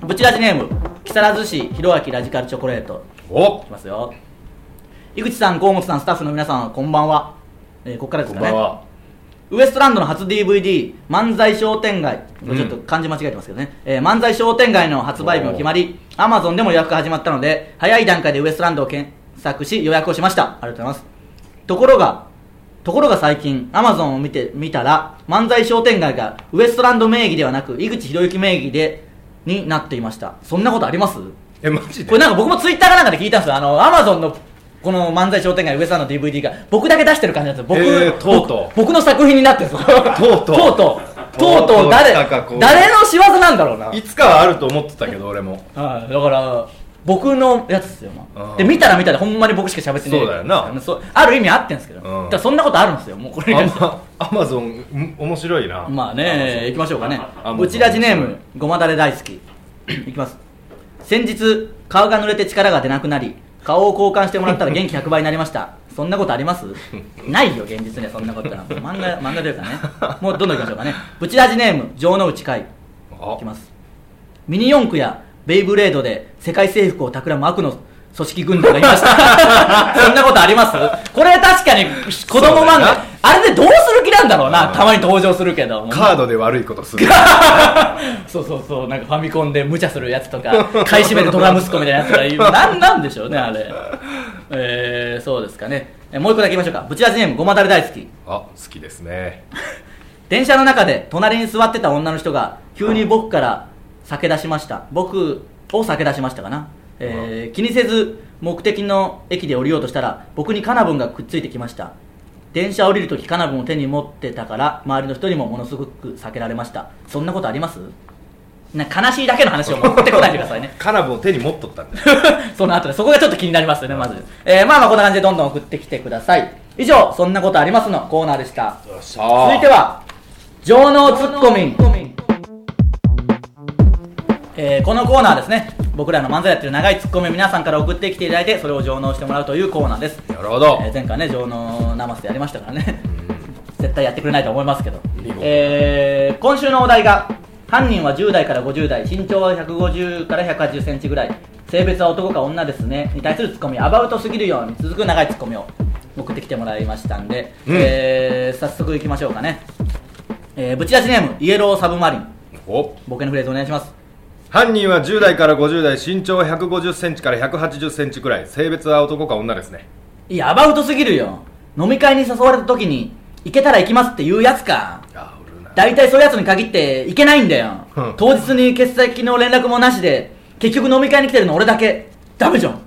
Speaker 1: *clears throat* ブチラジネーム木更津市ひろあきラジカルチョコレート
Speaker 2: お
Speaker 1: いきますよ井口さん河本さんスタッフの皆さんこんばんは、えーここからで
Speaker 2: こ
Speaker 1: すか
Speaker 2: んば
Speaker 1: ね
Speaker 2: んは
Speaker 1: ウエストランドの初 DVD 漫才商店街、
Speaker 2: うん
Speaker 1: ちょっと漢字間違えてますけどね、えー漫才商店街の発売日も決まり Amazon でも予約が始まったので早い段階でウエストランドを検索し予約をしましたありがとうございますところがところが最近 Amazon を見て見たら漫才商店街がウエストランド名義ではなく井口博之名義でになっていましたそんなことあります
Speaker 2: えマジで
Speaker 1: これなんか僕もツイッターかなんかで聞いたんですよあのアマゾンのこの漫才商店街ウエストランドの DVD が僕だけ出してる感じなんですよ僕、
Speaker 2: えーとうとう
Speaker 1: 僕僕の作品になってるんですよ
Speaker 2: とう
Speaker 1: *laughs*
Speaker 2: とう
Speaker 1: とうとうとう
Speaker 2: とう
Speaker 1: と
Speaker 2: と
Speaker 1: う
Speaker 2: う
Speaker 1: 誰
Speaker 2: 来たかこう
Speaker 1: 誰の仕業なんだろうなはい
Speaker 2: いつかはあると思ってたけど俺も
Speaker 1: だから僕のやつですよ、まあ
Speaker 2: うん
Speaker 1: で見たら見たらほんまに僕しか喋ってない
Speaker 2: そうだよな
Speaker 1: そうある意味あってんですけど、
Speaker 2: うん
Speaker 1: だからそんなことあるんですよもうこれに関しては
Speaker 2: アマゾンうん面白いな
Speaker 1: まあね、行きましょうかね
Speaker 2: あ。もう
Speaker 1: ブチラジネーム、ごまだれ大好き。いきます。先日、顔が濡れて力が出なくなり、顔を交換してもらったら元気100倍になりました。 *laughs* そんなことあり
Speaker 2: *laughs*
Speaker 1: ますないよ、現実にはそんなことは。漫画、漫画というかね。もうどんどん行きましょうかね。ブチラジネーム、城之内海。
Speaker 2: あ
Speaker 1: いきますミニ四駆やベイブレードで世界征服を企む悪の組織軍団がい
Speaker 2: *laughs*
Speaker 1: ましたそんなことありますこれ確かに子供
Speaker 2: そ
Speaker 1: 漫
Speaker 2: うだよ
Speaker 1: 画
Speaker 2: な
Speaker 1: あれでどうする気なんだろうな
Speaker 2: うん
Speaker 1: たまに登場するけど
Speaker 2: カードで悪いことする
Speaker 1: そうそうそうなんかファミコンで無茶するやつとか *laughs* 買い占めるドラ息子みたいなやつがいるなんなんでしょうねあれえー、そうですかねえもう一個だけ言いましょうかブチラジネームごまだれ大好き
Speaker 2: あ好きですね
Speaker 1: 電車の中で隣に座ってた女の人が急に僕から酒出しました僕を酒出しましたかな、えー気にせず目的の駅で降りようとしたら僕にカナブンがくっついてきました電車降りるときカナブンを手に持ってたから周りの人にもものすごく避けられましたそんなことありますな悲しいだけの話を持ってこないでくださいね
Speaker 2: *laughs* カナブンを手に持っとったんだよ
Speaker 1: その後でそこがちょっと気になりますよねまず、えーまあまあこんな感じでどんどん送ってきてください以上「そんなことあります」のコーナーでした
Speaker 2: よっし
Speaker 1: 続いては情能ツッコミえーこのコーナーですね僕らの漫才やってる長いツッコミを皆さんから送ってきていただいてそれを上納してもらうというコーナーです、
Speaker 2: なるほど
Speaker 1: えー前回ね上納ナマスでやりましたからね絶対やってくれないと思いますけど
Speaker 2: 見事、
Speaker 1: えー今週のお題が犯人は10代から50代身長は150から1 8 0センチぐらい性別は男か女ですねに対するツッコミアバウトすぎるように続く長いツッコミを送ってきてもらいましたんで、
Speaker 2: うん
Speaker 1: えー早速いきましょうかね、えー、ぶち出しネームイエローサブマリン
Speaker 2: お
Speaker 1: ボケのフレーズお願いします
Speaker 2: 犯人は10代から50代身長1 5 0センチから1 8 0センチくらい性別は男か女ですね
Speaker 1: いやアバウトすぎるよ飲み会に誘われた時に行けたら行きますって言うやつか
Speaker 2: あおるな
Speaker 1: 大体そういうやつに限って行けないんだよ
Speaker 2: うん
Speaker 1: 当日に決済の連絡もなしで結局飲み会に来てるの俺だけダメじゃん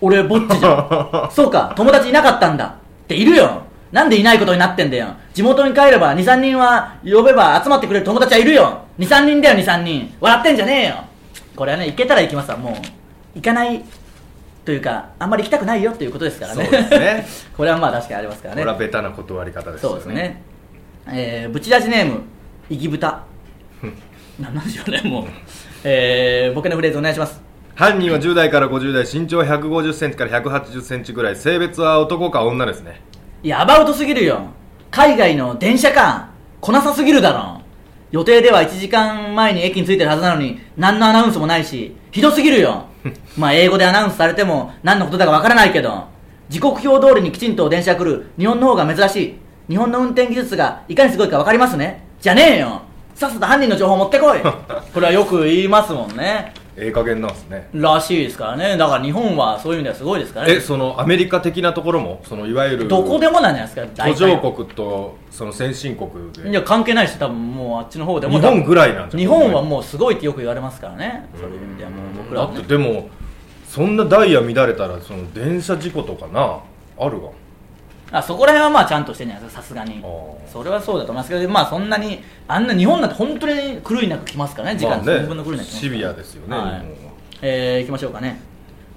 Speaker 1: 俺ぼっちじ
Speaker 2: *laughs*
Speaker 1: ゃんそうか友達いなかったんだっているよなんでいないことになってんだよ地元に帰れば23人は呼べば集まってくれる友達はいるよ23人だよ23人笑ってんじゃねえよこれはね行けたら行きますわもう行かないというかあんまり行きたくないよっていうことですからね
Speaker 2: そうですね
Speaker 1: *laughs* これはまあ確かにありますから
Speaker 2: こ
Speaker 1: ね
Speaker 2: れはベタな断り方ですよ
Speaker 1: そうですね。えー、ぶち出しネーム、いきぶ
Speaker 2: *laughs*
Speaker 1: た。ななんでしょうね、もう。えー、僕のフレーズお願いします。
Speaker 2: 犯人は10代から50代身長1 5 0センチから1 8 0センチくらい性別は男か女ですね
Speaker 1: いや、アバウトすぎるよ。海外の電車か。来なさすぎるだろ。予定では1時間前に駅に着いてるはずなのに、何のアナウンスもないし、ひどすぎる
Speaker 2: *laughs*
Speaker 1: よ。まあ、英語でアナウンスされても、何のことだかわからないけど、時刻表通りにきちんと電車来る、日本の方が珍しい。日本の運転技術がいかにすごいかわかりますね。じゃねえよ。さっさと犯人の情報持って
Speaker 2: *laughs*
Speaker 1: こい。これはよく言いますもんね。
Speaker 2: ええ加減なんですね
Speaker 1: らしいですからね。だから日本はそういう意味ではすごいですからね
Speaker 2: え。そのアメリカ的なところもそのいわゆる
Speaker 1: どこでもなんじゃないですか、
Speaker 2: 途
Speaker 1: 体は
Speaker 2: 上国とその先進国で
Speaker 1: いや関係ないし多分もうあっちの方でも
Speaker 2: 日本ぐらいなんじゃない
Speaker 1: 日本はもうすごいってよく言われますからねそういう意味ではもう僕ら
Speaker 2: だ
Speaker 1: は
Speaker 2: っ
Speaker 1: ね
Speaker 2: てでもそんなダイヤ乱れたらその電車事故とかなあるわ
Speaker 1: あそこら辺はまあちゃんとしてんじゃないですかさすがに
Speaker 2: あー
Speaker 1: それはそうだと思いますけどまあそんなにあんな日本だと本当に狂いなく来ますからね時間
Speaker 2: まあ
Speaker 1: 寸分の狂いなく来
Speaker 2: ね
Speaker 1: ます
Speaker 2: シビアですよね、
Speaker 1: はい
Speaker 2: 日本は
Speaker 1: えー、いきましょうかね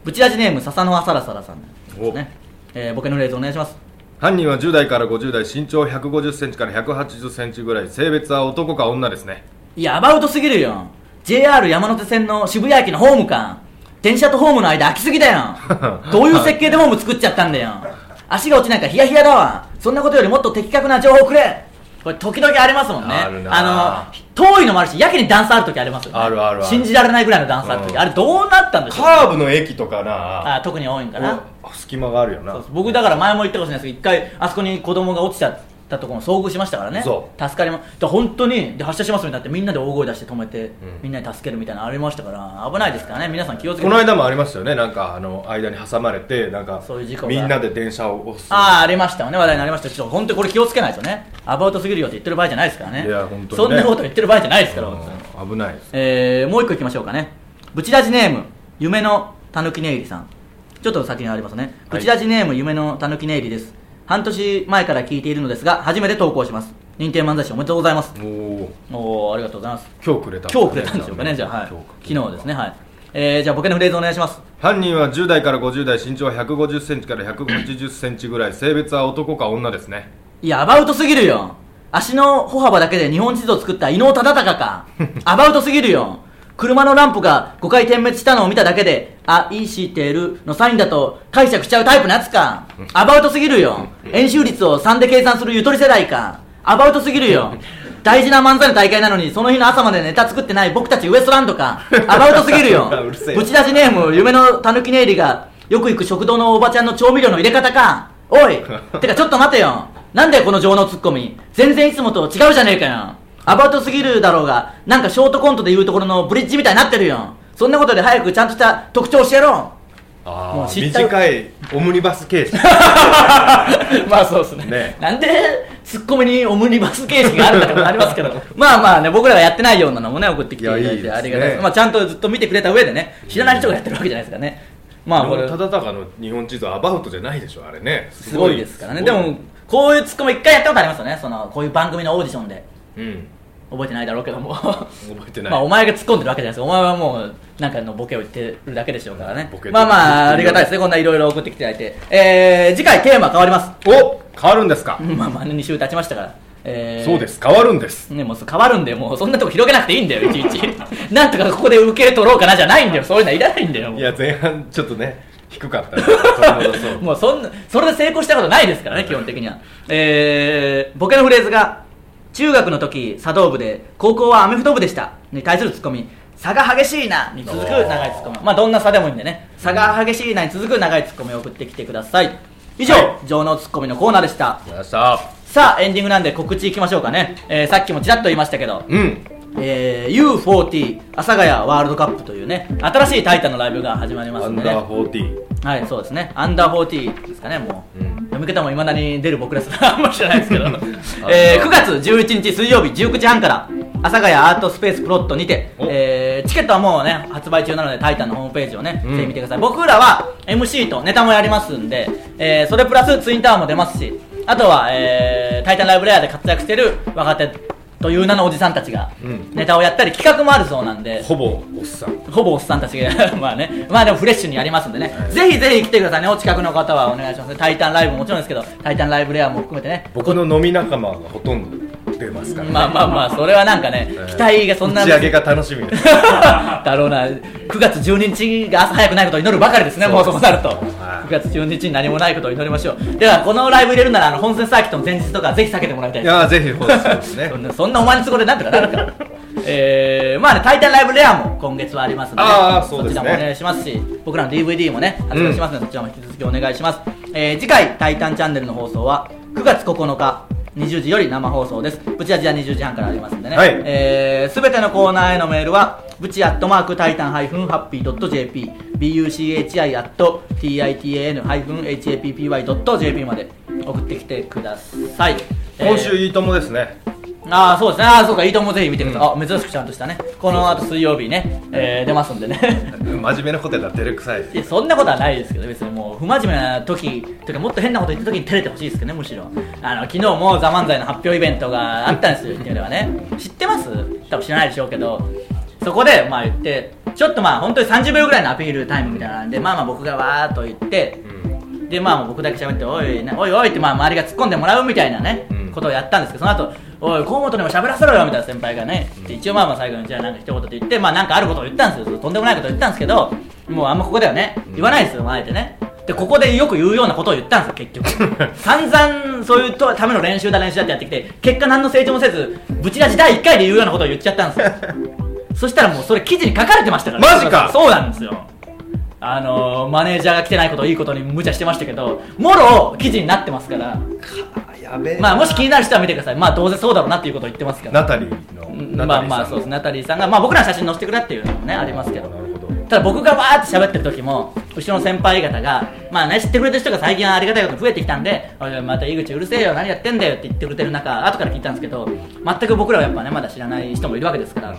Speaker 1: ぶち味ネーム笹野あさらさらさんです
Speaker 2: お
Speaker 1: ね、えー、ボケのレーズお願いします
Speaker 2: 犯人は10代から50代身長1 5 0センチから1 8 0センチぐらい性別は男か女ですね
Speaker 1: いやアバウトすぎるよ JR 山手線の渋谷駅のホームか電車とホームの間空きすぎだ
Speaker 2: *laughs*
Speaker 1: よどういう設計でホーム作っちゃったんだよ足が落ちないからヒヤヒヤだわそんなことよりもっと的確な情報くれこれ時々ありますもんね
Speaker 2: あるな
Speaker 1: あの遠いのもあるしやけに段差ある時ありますよね
Speaker 2: あるあるある
Speaker 1: 信じられないぐらいの段差ある時、
Speaker 2: うん
Speaker 1: あれどうなったんでしょう
Speaker 2: カーブの駅とかな
Speaker 1: あ特に多いんかな
Speaker 2: お隙間があるよな
Speaker 1: そうそう僕だから前も言ったかもしれないですけど一回あそこに子供が落ちちゃったところに遭遇しましたからね
Speaker 2: そ
Speaker 1: 助かりまで本当にで発車しますみたいになってみんなで大声出して止めて、
Speaker 2: ん
Speaker 1: みんなに助けるみたいなのありましたから危ないですからね皆さん気をつけて
Speaker 2: この間もありましたよねなんかあの間に挟まれてなんか
Speaker 1: そういう事故が
Speaker 2: みんなで電車を押す
Speaker 1: ああありましたよね話題になりましたけど本当にこれ気をつけないとねアバウトすぎるよって言ってる場合じゃないですからね
Speaker 2: いや本当にね
Speaker 1: そんなこと言ってる場合じゃないですから、本当に
Speaker 2: うん危ないです
Speaker 1: えー、もう一個いきましょうかねブチラジネーム夢のたぬきねいりさんちょっと先にありますね、
Speaker 2: はい
Speaker 1: ブチラジネーム夢のたぬきねいりです半年前から聞いているのですが初めて投稿します認定漫才師おめでとうございます
Speaker 2: おお
Speaker 1: おおありがとうございます
Speaker 2: 今日くれたんだね
Speaker 1: 今日くれたんでしょうかねじゃあ、はい
Speaker 2: 今日、
Speaker 1: 昨日ですねはい、えー、じゃあボケのフレーズお願いします
Speaker 2: 犯人は10代から50代身長1 5 0センチから1 8 0センチぐらい性別は男か女ですね
Speaker 1: いやアバウトすぎるよ足の歩幅だけで日本地図を作った伊能忠敬
Speaker 2: *laughs*
Speaker 1: かアバウトすぎるよ車のランプが5回点滅したのを見ただけで「愛してる」のサインだと解釈しちゃうタイプのやつかアバウトすぎるよ円周率を3で計算するゆとり世代かアバウトすぎるよ大事な漫才の大会なのにその日の朝までネタ作ってない僕たちウエストランド
Speaker 2: *laughs*
Speaker 1: かアバウトすぎるよ
Speaker 2: うるせえ
Speaker 1: ぶち出しネーム夢のたぬきネイリがよく行く食堂のおばちゃんの調味料の入れ方かお *laughs* いてかちょっと待てよなんだよこの情のツッコミ全然いつもと違うじゃねえかよアバウトすぎるだろうがなんかショートコントで言うところのブリッジみたいになってるよそんなことで早くちゃんとした特徴教えろー
Speaker 2: ああ
Speaker 1: 知った
Speaker 2: 短いオムニバス形式
Speaker 1: *laughs* まあそうですね
Speaker 2: ね
Speaker 1: なんでツッコミにオムニバス形式があるんだってことありますけどまあまあね僕らがやってないようなのもね送ってきていただい
Speaker 2: いや
Speaker 1: て
Speaker 2: いいですね
Speaker 1: ありがたいです、まあ、ちゃんとずっと見てくれた上でね知らない人がやってるわけじゃないですからねまあこれ
Speaker 2: ただたかの日本地図はアバウトじゃないでしょあれね
Speaker 1: すごいですからね
Speaker 2: す
Speaker 1: で
Speaker 2: ごい
Speaker 1: もこういうツッコミ一回やったことありますよねそのこういう番組のオーディションで
Speaker 2: うん
Speaker 1: 覚えてないだろうけども
Speaker 2: 覚えてない、
Speaker 1: まあお前が突っ込んでるわけじゃないですかお前はもうなんかのボケを言ってるだけでしょうからね
Speaker 2: ボケてる
Speaker 1: まあまあありがたいですねこんないろいろ送ってきていただいて、えー、次回テーマ変わります *laughs*
Speaker 2: お変わるんですか、
Speaker 1: まあまあ2週経ちましたから、えー
Speaker 2: そうです変わるんです
Speaker 1: ね、もう変わるんでもうそんなとこ広げなくていいんだよいちい *laughs* ちなんとかここで受け取ろうかなじゃないんだよそういうのはいらないんだよもう
Speaker 2: いや前半ちょっとね低
Speaker 1: *laughs*
Speaker 2: かったねそうそうそう
Speaker 1: もうそんなそれで成功したことないですからね基本的には、えー、ボケのフレーズが中学の時茶道部で高校はアメフト部でしたに対するツッコミ差が激しいなに続く長いツッコミまあどんな差でもいいんでね差が激しいなに続く長いツッコミを送ってきてください以上、
Speaker 2: は
Speaker 1: 情のツッコミのコーナーでした
Speaker 2: りがとうございました
Speaker 1: さあエンディングなんで告知いきましょうかね、えーさっきもちらっと言いましたけど、
Speaker 2: うん
Speaker 1: えー U40 阿佐ヶ谷ワールドカップというね新しいタイタンのライブが始まりま
Speaker 2: ア
Speaker 1: すん
Speaker 2: ン
Speaker 1: でね
Speaker 2: ダー40
Speaker 1: はいそうですねアンダー40ですかねもう、
Speaker 2: うん
Speaker 1: 読み方もいまだに出る僕ですからあんま知らないですけ
Speaker 2: *laughs*
Speaker 1: ど、えー9月11日水曜日19時半から阿佐ヶ谷アートスペースプロットにて、
Speaker 2: お
Speaker 1: えーチケットはもうね発売中なので「タイタン」のホームページをね、
Speaker 2: うん
Speaker 1: ぜひ見てください僕らは MC とネタもやりますんで、えーそれプラスツインタワーも出ますしあとは、えータイタンライブレア」で活躍してる若手という名のおじさんたちが
Speaker 2: うん
Speaker 1: ネタをやったり企画もあるそうなんで、
Speaker 2: ほぼおっさん
Speaker 1: ほぼおっさんたちが *laughs* まあねまあでもフレッシュにやりますんでね、ぜひぜひ来てくださいねお近くの方はお願いしますタイタンライブももちろんですけどタイタンライブレアも含めてね
Speaker 2: 僕の飲み仲間がほとんど出ますから、ね
Speaker 1: まあまあまあそれはなんかね、
Speaker 2: えー
Speaker 1: 期待がそんな
Speaker 2: 打ち上げが楽しみです
Speaker 1: *laughs* だろうな9月12日が朝早くないことを祈るばかりですねもうそうなると9月12日に何もないことを祈りましょうではこのライブ入れるならあの本戦サーキットの前日とかぜひ避けてもらいたい
Speaker 2: い
Speaker 1: です
Speaker 2: やーぜひほしいですね
Speaker 1: そんなそんなお前の都合でなんとかなる
Speaker 2: *laughs*
Speaker 1: から。えー、まあね、タイタンライブレアも今月はありますので、
Speaker 2: あーそうですね
Speaker 1: ちらもお願いしますし、僕らの DVD もね、発売しますので、そちらも引き続きお願いします。えー、次回、タイタンチャンネルの放送は、9月9日、20時より生放送です。ぶちアジは20時半からありますんでね。
Speaker 2: はい
Speaker 1: えー、すべてのコーナーへのメールは、ぶちアットマークタイタンハイフンハッピードット JP、buchi アット titan ハイフン happy ドット JP まで送ってきてください。
Speaker 2: 今週いいともですね
Speaker 1: ああそうですねああそうかいいともぜひ見てください、
Speaker 2: う
Speaker 1: あ珍しくちゃんとしたねこの後水曜日ね、えー出ますんでね *laughs*
Speaker 2: 真面目なことやったら照れくさい
Speaker 1: いやそんなことはないですけど別にもう不真面目な時とかもっと変なこと言った時に照れてほしいですけどねむしろあの昨日も「ザ漫才の発表イベントがあったんですよっていうのはね知ってます多分知らないでしょうけどそこでまあ言ってちょっとまあ本当に30秒ぐらいのアピールタイムみたいなんでまあまあ僕がわーっと言って
Speaker 2: うん
Speaker 1: でまあ僕だけ喋って「おいなおいおい」ってまあ周りが突っ込んでもらうみたいなね、
Speaker 2: うん
Speaker 1: ことをやったんですけどその後おい河本にも喋らせろよ」みたいな先輩がね、で一応まあまあ最後にじゃあなんか一言で言ってまあなんかあることを言ったんですよとんでもないことを言ったんですけどもうあんまここではね言わないですよ、あえてねでここでよく言うようなことを言ったんですよ結局散々そういうとための練習だ練習だってやってきて結果何の成長もせずぶち出し第1回で言うようなことを言っちゃったんですよそしたらもうそれ記事に書かれてましたから
Speaker 2: マジか
Speaker 1: そうなんですよあのー、マネージャーが来てないことをいいことに無茶してましたけどもろ記事になってますから
Speaker 2: あやべえ
Speaker 1: まあもし気になる人は見てくださいまあ当然そうだろうなっていうことを言ってますから
Speaker 2: ナタリーの
Speaker 1: うん
Speaker 2: ナ
Speaker 1: ま
Speaker 2: タ
Speaker 1: あ
Speaker 2: リーさん
Speaker 1: まあそうですナタリーさんがまあ僕らの写真載せてくれっていうのもねありますけど
Speaker 2: なるほど
Speaker 1: ただ僕がバーって喋ってる時も後ろの先輩方がまあね知ってくれてる人が最近はありがたいこと増えてきたんでおいまた井口うるせえよ何やってんだよって言ってくれてる中後から聞いたんですけど全く僕らはやっぱねまだ知らない人もいるわけですから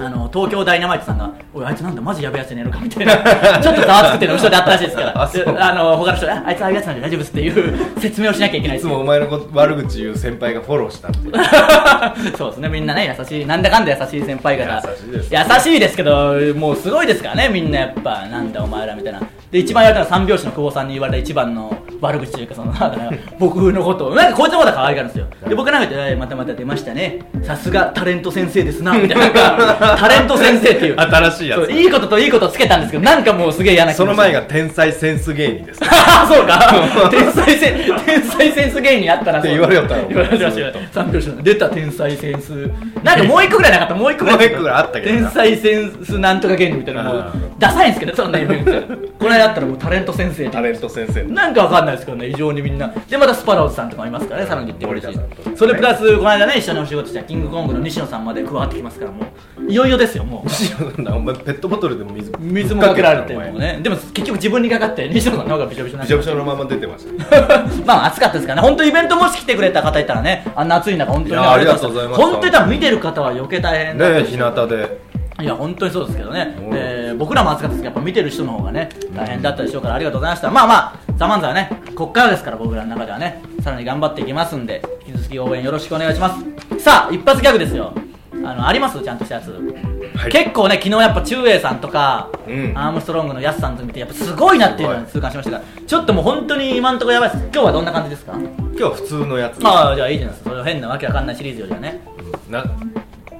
Speaker 1: あの東京ダイナマイトさんがおいあいつなんだマジやべえやつに寝るかみたい
Speaker 2: *laughs*
Speaker 1: なちょっとざわつくっていうの後ろであったらしいですから
Speaker 2: あそう
Speaker 1: であの他の人がああいつああいうやつなんで大丈夫ですっていう説明をしなきゃいけない
Speaker 2: いつもお前のこと悪口言う先輩がフォローしたって
Speaker 1: *laughs*
Speaker 2: いう
Speaker 1: そうですね、みんなね、優しい、なんだかんだ優しい先輩方。
Speaker 2: 優しいです
Speaker 1: 優しいですけど、もうすごいですからね、みんなやっぱ、なんだお前らみたいな。で、一番言われたのは三拍子の久保さんに言われた一番の悪口というか、その、 *laughs* なんか僕のことを、なんかこいつのことは可愛がるんですよ。で、僕なんか言って、えーまたまた出ましたね。さすがタレント先生ですな、みたいな。
Speaker 2: *laughs*
Speaker 1: タレント先生っていう。
Speaker 2: 新しいや
Speaker 1: そう
Speaker 2: つ
Speaker 1: いいことといいことつけたんですけど、なんかもうすげえ嫌な気持
Speaker 2: そ
Speaker 1: ち
Speaker 2: の前が天才センス芸人です
Speaker 1: ああ *laughs* そうか天才セン天才センス芸人あったな
Speaker 2: って言われよったよ
Speaker 1: 言われよった三拍子の出た天才センスなんかもう一個ぐらいなかったもう一個ぐらい
Speaker 2: もう一個ぐらいあったけどな
Speaker 1: 天才センスなんとか芸人みたいなも
Speaker 2: あ
Speaker 1: う
Speaker 2: ー
Speaker 1: ダサいんですけどそんなイベントこの間あったらもうタレント先生って
Speaker 2: タレント先生の
Speaker 1: なんかわかんないですけどね異常にみんなでまたスパローズさんとかもいますからねさらに言ってくれるし
Speaker 2: 森田さんとかね
Speaker 1: それプラスこの間ね一緒にお仕事したキングコングの西野さんまで加わってきますからもういよいよですよもう
Speaker 2: 西野なんだお前ペットボトルでも水
Speaker 1: 水もかけられて
Speaker 2: ぶっ
Speaker 1: もう
Speaker 2: かけたな
Speaker 1: ねでも結局自分にかかって西野さんの方がびしょびしょに
Speaker 2: お
Speaker 1: なっ
Speaker 2: 前び
Speaker 1: ち
Speaker 2: し
Speaker 1: ゃう
Speaker 2: ょびしょのまま出てま
Speaker 1: *laughs*
Speaker 2: した
Speaker 1: まあ暑かったですからね、本当イベントもし来てくれた方いたらね、あんな暑い中、本当に
Speaker 2: いやありがとうございました
Speaker 1: 本当に多分見てる方は余計大変だった
Speaker 2: ねえ
Speaker 1: でし
Speaker 2: 日
Speaker 1: ょう
Speaker 2: 向で
Speaker 1: いや、本当にそうですけどね
Speaker 2: う、ん
Speaker 1: えー僕らも暑かったですけど、やっぱ見てる人の方がね、大変だったでしょうから、ありがとうございました、まあまあ、ザ・マンザはね、こっからですから、僕らの中ではね、さらに頑張っていきますんで、引き続き応援よろしくお願いします。さあ、一発ギャグですよ、あのありますちゃんとしたやつ。
Speaker 2: はい
Speaker 1: 結構ね、昨日やっぱ中英さんとか、
Speaker 2: うん
Speaker 1: アームストロングのヤスさんと見て、やっぱすごいなっていうのを痛感しましたが、ちょっともう本当に今のところやばいです、今日はどんな感じですか
Speaker 2: 今日は普通のやつ
Speaker 1: ああじゃあいいじゃないですかそれ変なわけわかんないシリーズよりはね
Speaker 2: な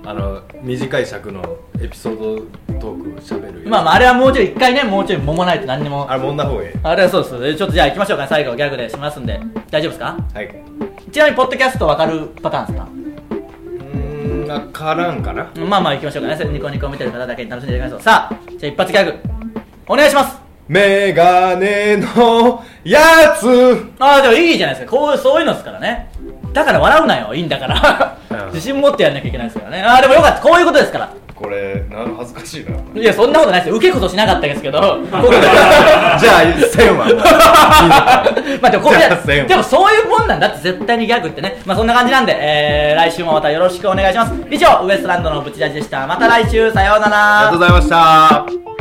Speaker 2: あの短い尺のエピソードトークしゃべる
Speaker 1: まあまああれはもうちょい一回ねもうちょい揉まないと何にも
Speaker 2: あれもんな方がいい
Speaker 1: あれはそうですちょっとじゃあ行きましょうか最後ギャグでしますんで大丈夫ですか
Speaker 2: はい
Speaker 1: ちなみにポッドキャストわかるパターンですか
Speaker 2: うーんなからんかな
Speaker 1: まあまあ行きましょうかねニコニコ見てる方だけに楽しんでいただきましょうさあじゃあ一発ギャグお願いします
Speaker 2: メガネのやつ
Speaker 1: ああでもいいじゃないですかこうそういうのですからねだから笑うなよいいんだから
Speaker 2: うん
Speaker 1: 自信持ってやんなきゃいけないですからねああでもよかったこういうことですから
Speaker 2: これなん恥ずかしいな
Speaker 1: いやそんなことないですよ受けことしなかったです
Speaker 2: *laughs*
Speaker 1: けど
Speaker 2: じゃあ1000はも
Speaker 1: *laughs*
Speaker 2: う
Speaker 1: まあでもこれ
Speaker 2: じゃあせんわ
Speaker 1: でもそういうもんなんだって絶対にギャグってねまあそんな感じなんで、えー、来週もまたよろしくお願いします以上ウエストランドのブチラジでしたまた来週さようなら
Speaker 2: ありがとうございました